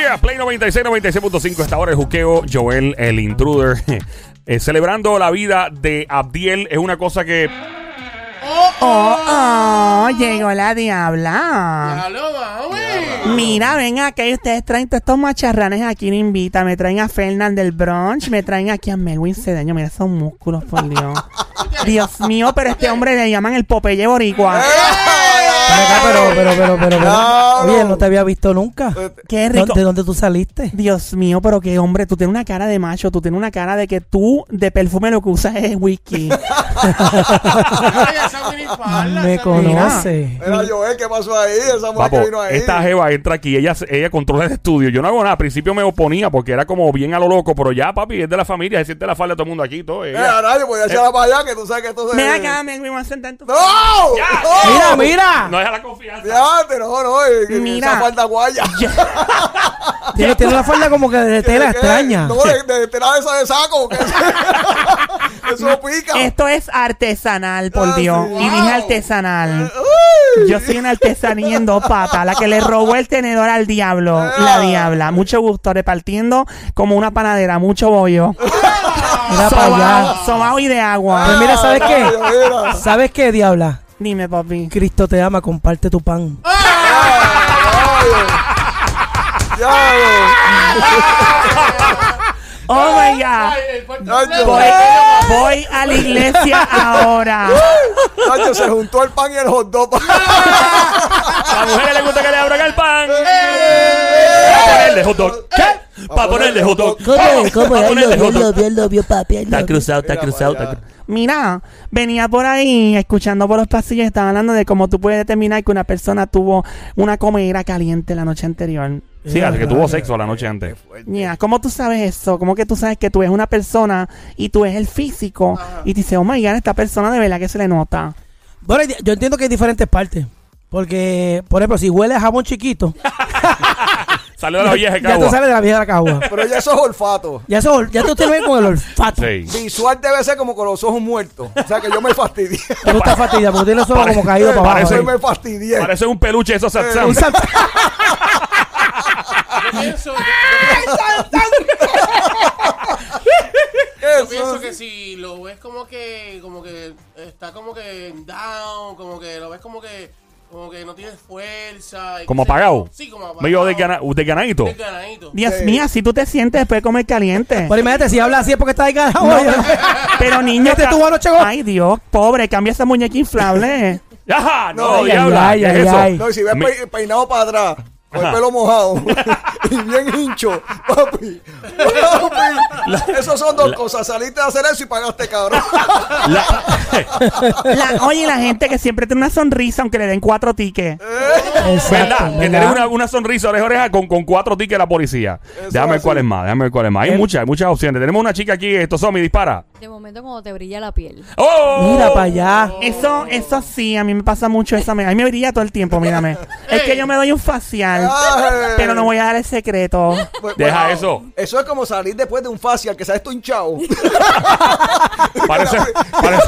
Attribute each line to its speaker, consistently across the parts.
Speaker 1: Yeah, Play 96, 96.5. Esta hora el juqueo, Joel, el intruder. Eh, celebrando la vida de Abdiel es una cosa que.
Speaker 2: Oh, oh, llegó la diabla. Mira, ven acá y ustedes traen todos estos macharranes aquí en Invita. Me traen a Fernan del Bronch, me traen aquí a Melwin Cedeño. Mira esos músculos, por Dios. Dios mío, pero a este hombre le llaman el Popeye Boricua.
Speaker 3: Eh.
Speaker 4: Ven acá, pero, pero, pero, pero, pero-
Speaker 3: No,
Speaker 4: Oye,
Speaker 3: no.
Speaker 4: no te había visto nunca.
Speaker 2: Qué
Speaker 4: ¿Dó-
Speaker 2: rico.
Speaker 4: ¿De Eh, dónde tú saliste?
Speaker 2: Dios mío, pero qué hombre, tú tienes una cara de macho, tú tienes una cara de que tú de perfume lo que usas es whisky.
Speaker 4: Me conoce.
Speaker 3: Era Joel, ¿qué pasó ahí? Esa mujer
Speaker 1: Papo,
Speaker 3: que vino ahí. Eh,
Speaker 1: esta Jeva entra aquí, ella, ella controla el estudio. Yo no hago nada. Al principio me oponía porque era como bien a lo loco, pero ya, papi, es de la familia, se siente la falda de todo el mundo aquí, todo.
Speaker 3: Eh,
Speaker 1: Ella-
Speaker 3: a nadie, podía echarla para allá, que tú sabes que esto se...
Speaker 2: Ven acá, Melwin, vamos a sentar en tu-
Speaker 3: ¡No!
Speaker 1: Ya.
Speaker 3: ¡No!
Speaker 4: Mira, mira.
Speaker 1: No deja la confianza.
Speaker 3: Ya, pero no, no, eh, que- que
Speaker 2: Mira.
Speaker 3: esa falda guaya.
Speaker 4: Tiene, tiene una falda como que
Speaker 3: Que-
Speaker 4: de tela
Speaker 3: que-
Speaker 4: extraña.
Speaker 3: No, de, de tela esa de saco. que- eso pica.
Speaker 2: Esto es artesanal, por
Speaker 3: Ah,
Speaker 2: Dios.
Speaker 3: sí.
Speaker 2: Y
Speaker 3: Wow.
Speaker 2: dije artesanal.
Speaker 3: Uy.
Speaker 2: Yo soy una artesanía en dos patas, la que le robó el tenedor al diablo,
Speaker 4: Ah.
Speaker 2: la diabla. Mucho gusto, repartiendo como una panadera, mucho bollo.
Speaker 4: Mira para allá.
Speaker 2: Sobao, sobao y de
Speaker 4: Pues
Speaker 2: agua.
Speaker 4: mira, ¿sabes
Speaker 3: Ay, mira.
Speaker 4: qué? ¿Sabes qué, diabla?
Speaker 2: Dime, papi.
Speaker 4: Cristo te ama, comparte tu pan.
Speaker 3: Ya,
Speaker 2: Oh my God.
Speaker 3: Nacho,
Speaker 2: Voy, voy a la iglesia ahora.
Speaker 3: Nacho, se juntó el pan y el hot dog.
Speaker 1: A las mujeres les gusta que le abran el pan. Para ponerle hot dog. ¿Qué? Para ponerle hot dog.
Speaker 5: ¿Cómo? ¿Cómo?
Speaker 1: Para
Speaker 5: Ahí lo
Speaker 1: ponerle
Speaker 5: vio,
Speaker 1: hot
Speaker 5: lo
Speaker 1: dog.
Speaker 5: vio, lo vio, papi. ahí lo
Speaker 1: Está
Speaker 5: vio.
Speaker 1: cruzado, está
Speaker 3: Mira,
Speaker 1: cruzado.
Speaker 3: vaya.
Speaker 1: está cruzado.
Speaker 2: Mira, venía por ahí escuchando por los pasillos, estaban hablando de cómo tú puedes determinar que una persona tuvo una comida caliente la noche anterior.
Speaker 1: Sí, al que tuvo sexo la noche antes.
Speaker 2: Ña, ¿Cómo tú sabes eso? ¿Cómo que tú sabes que tú eres una persona y tú eres el físico? Y te dice, oh my god, esta persona de verdad que se le nota.
Speaker 4: Bueno, hay- yo entiendo que hay diferentes partes. Porque, por ejemplo, si huele a jabón chiquito,
Speaker 1: Salió de la vieja de
Speaker 4: ya tú
Speaker 1: Cagua.
Speaker 4: sales de la vieja de la cagua.
Speaker 3: Pero ya eso es olfato.
Speaker 4: Ya, eso, ya tú te ves con el olfato.
Speaker 1: Sí.
Speaker 3: Visual debe ser como con los ojos muertos. O sea que yo me fastidié.
Speaker 4: Tú estás fastidiado porque tienes solo como caído para abajo.
Speaker 1: Parece-
Speaker 3: Yo
Speaker 4: ahí.
Speaker 3: me fastidié.
Speaker 1: Parece un peluche eso Sat
Speaker 4: Un
Speaker 1: Sam.
Speaker 4: sal-
Speaker 6: pienso, yo- yo
Speaker 3: Eso.
Speaker 6: pienso que si lo ves como que, como que está como que down, como que lo ves como que, como que no tienes fuerza. y
Speaker 1: Como
Speaker 6: qué sé yo.
Speaker 1: apagado.
Speaker 6: Sí, como apagado.
Speaker 1: Medio desgana- desganadito.
Speaker 6: Desganadito.
Speaker 2: Dios mío, así tú te sientes después de comer caliente.
Speaker 4: Pero imagínate, si habla así es porque está ahí ganado.
Speaker 2: Pero niño,
Speaker 4: Este
Speaker 2: ca-
Speaker 4: tuvo anoche, go-
Speaker 2: ay Dios, pobre, cambia esa muñeca inflable.
Speaker 1: ¡Ajá!
Speaker 3: No,
Speaker 1: No,
Speaker 3: ay,
Speaker 1: diabla.
Speaker 4: ay,
Speaker 1: ¿qué es
Speaker 4: ay,
Speaker 1: eso?
Speaker 4: ay.
Speaker 3: No, y si ves
Speaker 1: Mi-
Speaker 3: pe- peinado para atrás, con el
Speaker 1: Ajá.
Speaker 3: pelo mojado y bien hincho, papi. papi Esas son dos cosas. Saliste a hacer eso y pagaste, cabrón.
Speaker 1: La-
Speaker 2: La- oye, la gente que siempre tiene una sonrisa aunque le den cuatro tickets. Ah,
Speaker 1: ¿Verdad? Que
Speaker 4: ¿verdad?
Speaker 1: tenés una, una sonrisa oreja oreja con, con cuatro tickets la policía. déjame ver
Speaker 3: así.
Speaker 1: cuál es más, déjame ver cuál es más. Hay muchas, hay muchas opciones. Tenemos una chica aquí, esto Somi, dispara.
Speaker 7: De momento cuando te brilla la piel.
Speaker 1: ¡Oh!
Speaker 4: Mira para allá.
Speaker 2: Eso, eso sí, a mí me pasa mucho eso. me- A mí me brilla todo el tiempo, mírame. Es que yo me doy un facial,
Speaker 3: Ay.
Speaker 2: pero no voy a dar el secreto.
Speaker 3: Pues,
Speaker 1: Deja
Speaker 3: bueno,
Speaker 1: eso.
Speaker 3: Eso es como salir después de un facial que sabes tú hinchado.
Speaker 1: Parece, parece,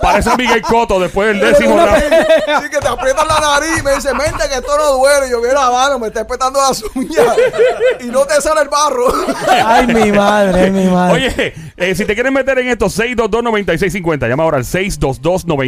Speaker 1: parece a Miguel Coto después del décimo round.
Speaker 3: Sí, que te aprietan la nariz y me dicen, mente que esto no duele. Yo mira, mano, me está espetando las uñas y no te sale el barro.
Speaker 4: Ay, mi madre, ay, mi madre.
Speaker 1: Oye, eh, si te quieres meter en esto, 622-9650. Llama ahora al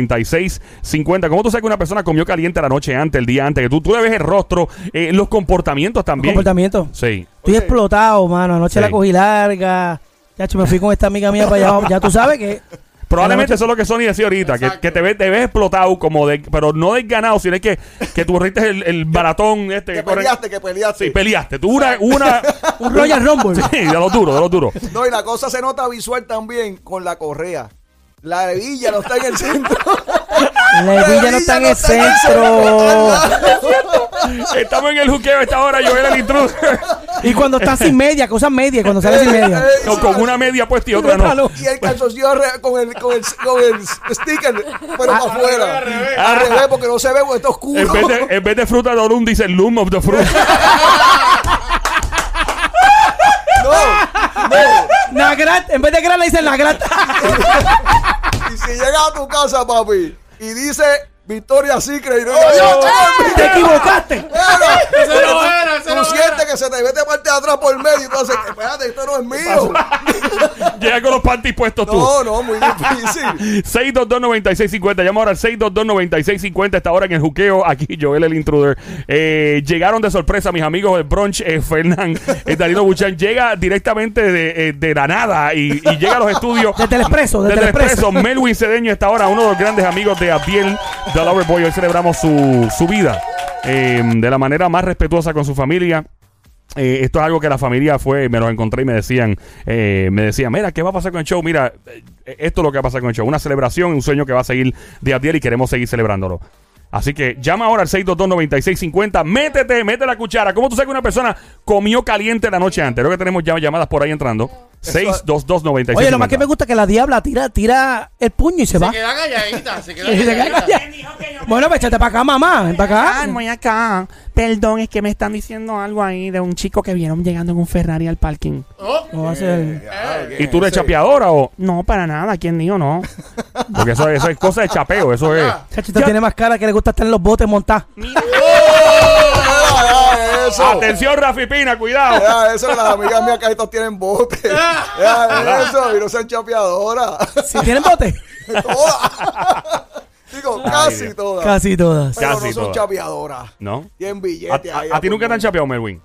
Speaker 1: 622-9650. ¿Cómo tú sabes que una persona comió caliente la noche antes, el día antes? Que tú, tú le ves el rostro, eh, los comportamientos también.
Speaker 4: Comportamiento.
Speaker 1: Sí.
Speaker 4: Estoy explotado, mano. Anoche
Speaker 1: Sí.
Speaker 4: la cogí larga. Chacho, me fui con esta amiga mía para allá. abajo. Ya tú sabes que.
Speaker 1: Probablemente
Speaker 4: Anoche-
Speaker 1: eso es lo que Sony decía ahorita, que,
Speaker 6: Exacto.
Speaker 1: que te, ves, te ves explotado, como de, pero no desganado, sino es que, que tú corriste el, el maratón este
Speaker 3: que
Speaker 1: que corre.
Speaker 3: peleaste, que peleaste.
Speaker 1: Sí, peleaste. Tú una, una,
Speaker 4: Un Royal Rumble.
Speaker 1: Sí, de lo duro, de lo duro.
Speaker 3: no, y la cosa se nota visual también con la correa. La hebilla no está en el centro.
Speaker 4: La hebilla no está en el centro.
Speaker 1: Estamos en el juqueo a esta hora, yo era el intruder.
Speaker 4: Y cuando está sin media, que usan media, cuando sale sin media.
Speaker 3: Ey,
Speaker 1: No, con una media puesta y otra no.
Speaker 3: Eh, Y el calzoncillo al revés, con el, con el, con el sticker, pero
Speaker 1: Ah,
Speaker 3: para afuera. Al revés, porque no se ve porque está oscuro.
Speaker 1: En vez de, en vez de fruta de Orun, dice Loom of the Fruit.
Speaker 3: No, no.
Speaker 4: Nagrat, en vez de gran le dicen Nagrat.
Speaker 3: Y si llegas a tu casa, papi, y dice Victoria Secret, y no
Speaker 6: Oh,
Speaker 4: Te equivocaste.
Speaker 3: Pero,
Speaker 6: Ese no era, ese
Speaker 3: tú
Speaker 6: no
Speaker 3: sientes
Speaker 6: era.
Speaker 3: que se te mete parte de atrás por medio y tú haces, espérate, esto no es mío.
Speaker 1: Llega con los panties puestos tú.
Speaker 3: No, no, muy difícil.
Speaker 1: 622-9650. Llama ahora al 622-9650. Esta hora en el juqueo. Aquí Joel el intruder. Eh, llegaron de sorpresa mis amigos del brunch. Eh, Fernán, eh, Danilo Buchan llega directamente de, eh, de la nada y, y llega a los estudios.
Speaker 4: Desde el expreso, desde,
Speaker 1: Desde
Speaker 4: el expreso.
Speaker 1: Melwin Cedeño está ahora, uno de los grandes amigos de Abdiel de Lover Boy. Hoy celebramos su, su vida eh, de la manera más respetuosa con su familia. Eh, esto es algo que la familia fue, me los encontré y me decían, eh, me decían, mira, ¿qué va a pasar con el show? Mira, eh, esto es lo que va a pasar con el show. Una celebración, un sueño que va a seguir de Abdiel y queremos seguir celebrándolo. Así que llama ahora al 622-9650. Métete, mete la cuchara. ¿Cómo tú sabes que una persona comió caliente la noche antes? Creo que tenemos ya llamadas por ahí entrando. 622-9650.
Speaker 4: Oye, lo más que me gusta es que la diabla tira, tira el puño y se, va.
Speaker 6: Se queda calladita, se queda
Speaker 4: Y se queda
Speaker 6: calladita.
Speaker 4: callada. Bueno, pues échate para acá, mamá. Para acá.
Speaker 2: Ah, voy acá. Perdón, es que me están diciendo algo ahí de un chico que vieron llegando en un Ferrari al parking.
Speaker 6: Oh,
Speaker 4: ¿Cómo va a ser?
Speaker 1: ¿Y tú eres chapeadora o...?
Speaker 2: No, para nada, ¿quién dijo no?
Speaker 1: Porque eso, eso es cosa de chapeo, eso es.
Speaker 4: Chacho, usted tiene más cara que le gusta estar en los botes montados.
Speaker 1: Oh.
Speaker 3: Era eso.
Speaker 1: Atención, Rafi Pina, cuidado.
Speaker 3: Era eso que las amigas mías que estos tienen botes. Era eso, y no sean chapeadoras.
Speaker 4: Si tienen botes.
Speaker 3: todas. Digo, casi
Speaker 1: Dios.
Speaker 3: todas.
Speaker 4: Casi todas.
Speaker 3: Pero
Speaker 1: Casi
Speaker 3: no son
Speaker 1: todas.
Speaker 3: chapeadoras.
Speaker 1: ¿No?
Speaker 3: Tienen
Speaker 1: ¿A,
Speaker 3: billetes.
Speaker 1: a-
Speaker 3: ahí
Speaker 1: a ti
Speaker 3: por
Speaker 1: nunca te han
Speaker 3: mundo.
Speaker 1: chapeado, Melwin?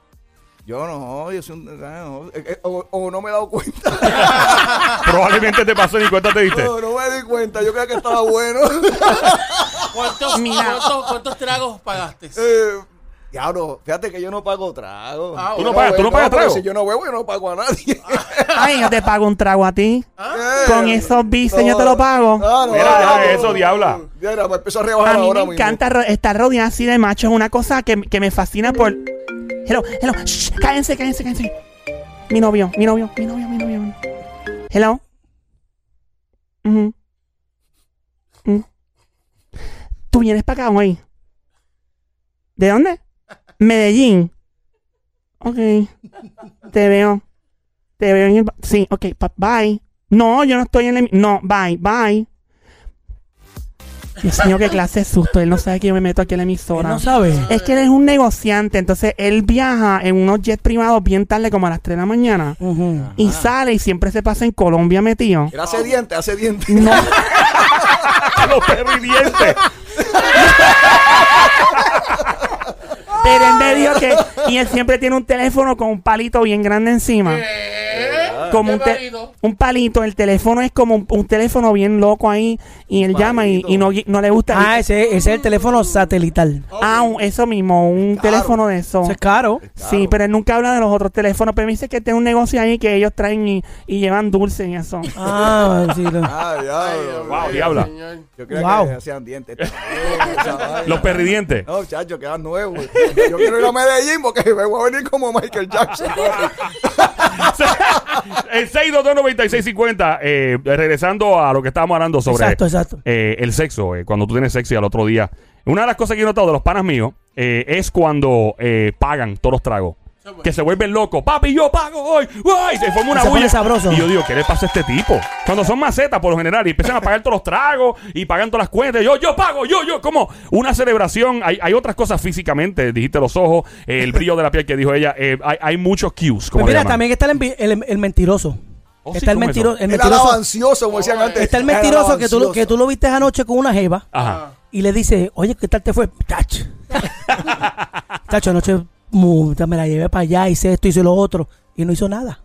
Speaker 3: Yo no, yo soy un. no, eh, eh, o, o no me he dado cuenta.
Speaker 1: Probablemente te pasó ni cuenta te
Speaker 6: Este.
Speaker 1: diste.
Speaker 3: No, no me di cuenta. Yo creía que estaba bueno.
Speaker 6: ¿Cuántos, cuántos, cuántos tragos pagaste?
Speaker 3: Eh, Diablo, fíjate que yo no pago trago.
Speaker 6: Ah,
Speaker 1: Tú no pagas, tú no
Speaker 3: bebo,
Speaker 1: pagas
Speaker 3: porque
Speaker 1: trago.
Speaker 3: Si yo no bebo, yo no pago a nadie.
Speaker 2: Ay, yo te pago un trago a ti.
Speaker 3: Eh,
Speaker 2: Con esos bices yo te lo pago.
Speaker 3: No, no,
Speaker 1: Mira,
Speaker 3: no,
Speaker 1: deja
Speaker 3: no,
Speaker 1: eso,
Speaker 3: no,
Speaker 1: diabla.
Speaker 3: no. Mira, me empiezo a
Speaker 2: A
Speaker 3: rebajar
Speaker 2: mí
Speaker 3: ahora
Speaker 2: me
Speaker 3: mismo.
Speaker 2: encanta ro- estar rodeada así de machos. Una cosa que, que me fascina por. Hello, hello, shh, cállense, cállense, cállense. Mi novio, mi novio, mi novio, mi novio. mi novio. Hello. Ujú. Mm. ¿Tú vienes para acá hoy? ¿De dónde? Medellín. Ok. Te veo. Te veo en el. ba- Sí, ok, pa- bye. No, yo no estoy en el. No, bye, bye. Dios mío, qué clase de susto. Él no sabe que yo me meto aquí en la
Speaker 4: Él
Speaker 2: emisora.
Speaker 4: No sabes.
Speaker 2: Es que él es un negociante, entonces él viaja en unos jets privados bien tarde, como a las 3 de la mañana,
Speaker 4: Ah.
Speaker 2: y sale y siempre se pasa en Colombia metido.
Speaker 3: Mira, hace diente, hace diente.
Speaker 2: No,
Speaker 1: A los perridientes.
Speaker 2: pero él me dijo que. Y él siempre tiene un teléfono con un palito bien grande encima.
Speaker 4: Ah.
Speaker 6: ¿Eh?
Speaker 2: Como
Speaker 6: ¿Qué
Speaker 2: un, te-
Speaker 6: palito?
Speaker 2: un palito, el teléfono es como un, un teléfono bien loco ahí, y él llama y, y no, no le gusta.
Speaker 4: Ah, ese, ese es el teléfono satelital.
Speaker 2: Ah, un- eso mismo, un teléfono de eso.
Speaker 4: Eso es caro.
Speaker 2: Sí, pero él nunca habla de los otros teléfonos, pero me dice que tiene un negocio ahí que ellos traen y, y llevan dulce y eso.
Speaker 4: Ah, sí. lo-
Speaker 3: Ah,
Speaker 6: Ay, Dios
Speaker 3: diablo.
Speaker 1: Wow,
Speaker 6: mío,
Speaker 1: diabla.
Speaker 6: señor.
Speaker 3: Yo creía
Speaker 4: Wow.
Speaker 3: que hacían dientes. Esa vaina.
Speaker 1: Los perridientes.
Speaker 3: No, chacho, quedan nuevos. Yo quiero ir a Medellín porque me voy a venir como Michael Jackson.
Speaker 1: El 6229650. Eh, regresando a lo que estábamos hablando sobre
Speaker 4: Exacto, exacto.
Speaker 1: eh, el sexo. eh, cuando tú tienes sexo y al otro día. Una de las cosas que yo he notado de los panas míos eh, es cuando eh, pagan todos los tragos. Que se vuelven locos. Papi, yo pago hoy. ¡Uy! Se forma una
Speaker 4: Se pone
Speaker 1: bulla.
Speaker 4: sabroso.
Speaker 1: Y yo digo, ¿qué le pasa a este tipo? Cuando son macetas, por lo general, y empiezan a pagar todos los tragos y pagan todas las cuentas. Yo, yo pago, yo, yo. Como una celebración. Hay, hay otras cosas físicamente. Dijiste los ojos, eh, el brillo de la piel que dijo ella. eh, hay, hay muchos cues. Como
Speaker 4: Pues
Speaker 1: le
Speaker 4: mira,
Speaker 1: llaman.
Speaker 4: también está el, envi- el- el mentiroso.
Speaker 1: Oh, sí,
Speaker 4: está el,
Speaker 1: ¿cómo
Speaker 4: mentiro-
Speaker 1: eso?
Speaker 4: el
Speaker 3: El
Speaker 4: mentiroso.
Speaker 3: alabancioso, como decían antes.
Speaker 4: Está el mentiroso que tú, lo- que tú lo viste anoche con una jeva
Speaker 1: Ajá.
Speaker 4: y le dices, oye, ¿qué tal te fue? Chacho. Chacho, anoche mu, me la llevé para allá, hice esto, hice lo otro. Y no hizo nada.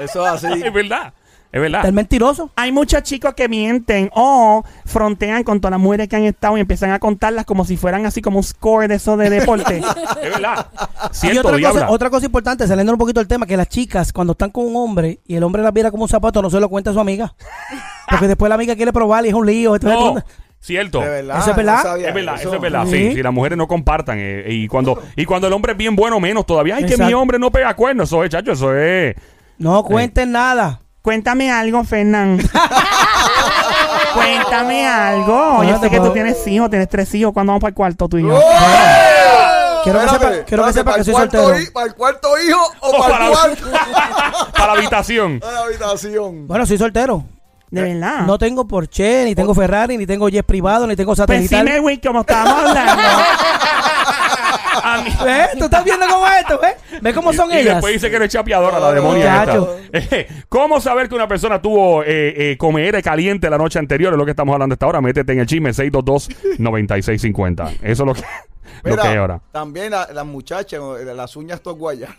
Speaker 3: Eso es así.
Speaker 1: Es verdad. Es
Speaker 4: Está
Speaker 1: verdad.
Speaker 4: el mentiroso.
Speaker 2: Hay muchos chicos que mienten o frontean con todas las mujeres que han estado y empiezan a contarlas como si fueran así como un score de eso de deporte.
Speaker 1: Es verdad.
Speaker 4: Y
Speaker 1: Siento,
Speaker 4: otra
Speaker 1: diabla.
Speaker 4: cosa, otra cosa importante, saliendo un poquito del tema, que las chicas cuando están con un hombre y el hombre las viera como un zapato, no se lo cuenta a su amiga. Porque después la amiga quiere probar y es un lío. esto es
Speaker 1: No,
Speaker 4: otro-
Speaker 1: cierto.
Speaker 3: De verdad.
Speaker 4: Eso es verdad.
Speaker 3: no sabía
Speaker 1: Es verdad, eso, es verdad.
Speaker 4: Sí.
Speaker 1: Sí, sí, las mujeres no compartan. eh, y cuando y cuando el hombre es bien bueno, menos todavía. Ay, que mi
Speaker 4: Exacto.
Speaker 1: hombre no pega cuernos. Eso es, chacho, eso es.
Speaker 4: No cuenten nada.
Speaker 2: Cuéntame algo, Fernán. Cuéntame algo. Yo
Speaker 4: No,
Speaker 2: sé
Speaker 4: te
Speaker 2: que tú
Speaker 4: puedo- ¡Oh!
Speaker 2: tienes hijos, tienes tres hijos. ¿Cuándo vamos para el cuarto tú y yo?
Speaker 4: Quiero que
Speaker 3: Espérate,
Speaker 4: sepa- quiero que
Speaker 3: espérate,
Speaker 4: sepa
Speaker 3: ¿para
Speaker 4: que
Speaker 3: el
Speaker 4: soy
Speaker 3: cuarto
Speaker 4: soltero.
Speaker 3: hi- ¿Para el cuarto hijo o,
Speaker 1: O
Speaker 3: para el
Speaker 1: para-
Speaker 3: cuarto?
Speaker 1: Para la habitación.
Speaker 3: para la habitación.
Speaker 4: Bueno, soy soltero.
Speaker 2: De
Speaker 1: Ah.
Speaker 2: verdad.
Speaker 4: No tengo Porsche, ni tengo Ferrari, ni tengo jet privado, ni tengo
Speaker 2: pues sí,
Speaker 4: satelital.
Speaker 2: Melwin, como estábamos hablando.
Speaker 1: A mí-
Speaker 4: ¿Ves? ¿Eh? ¿Tú estás viendo cómo es esto? ¿Ves? ¿Ves cómo
Speaker 1: Y-
Speaker 4: son
Speaker 1: y,
Speaker 4: ellas?
Speaker 1: después dice que eres chapeadora, la demonia.
Speaker 4: Chacho.
Speaker 1: esta. Eh, ¿Cómo saber que una persona tuvo eh, eh, comer caliente la noche anterior? Es lo que estamos hablando hasta ahora. Métete en el chisme 622-9650. Eso es lo que, lo que
Speaker 3: Mira,
Speaker 1: es ahora.
Speaker 3: También la- las muchachas, eh, las uñas toguayas.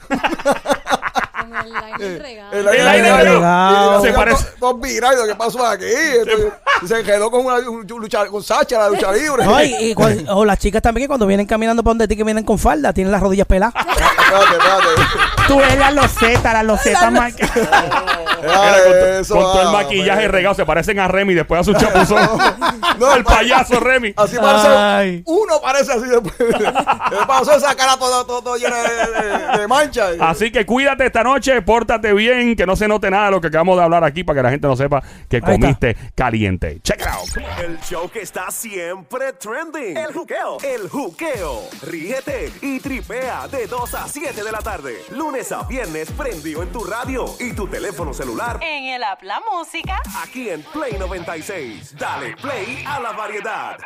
Speaker 7: Con el aire regado.
Speaker 3: Eh, El
Speaker 1: aire
Speaker 3: aire
Speaker 1: aire
Speaker 4: regado.
Speaker 3: regado.
Speaker 1: Se
Speaker 3: Se
Speaker 1: parece-
Speaker 3: parece. Dos virados, ¿qué pasó aquí? Este, Se quedó con una un lucha, con Sacha, la lucha libre.
Speaker 4: No, y- y cuan- o las chicas también que cuando vienen caminando para donde ti que vienen con falda, tienen las rodillas peladas.
Speaker 3: Espérate, espérate.
Speaker 2: Tú ves las losetas, las losetas más que-
Speaker 3: Espérate,
Speaker 1: Mira, con, tu-
Speaker 3: eso
Speaker 1: con todo el
Speaker 3: va,
Speaker 1: maquillaje
Speaker 3: hombre.
Speaker 1: regado, se parecen a Remy después hace un chapuzón. no, el payaso Remy.
Speaker 3: Así parece.
Speaker 4: Ay.
Speaker 3: Uno parece así después. Le pasó esa cara toda, toda, toda llena de, de- de mancha.
Speaker 1: Así que cuídate esta noche, pórtate bien, que no se note nada de lo que acabamos de hablar aquí para que la gente no sepa que
Speaker 4: está.
Speaker 1: comiste caliente. Check it out.
Speaker 5: El show que está siempre trending. El juqueo. El juqueo. Rígete y tripea de 2 a 7 de la tarde. Lunes a viernes prendido en tu radio y tu teléfono celular.
Speaker 8: En el Habla Música.
Speaker 5: Aquí en Play 96. Dale play a la variedad.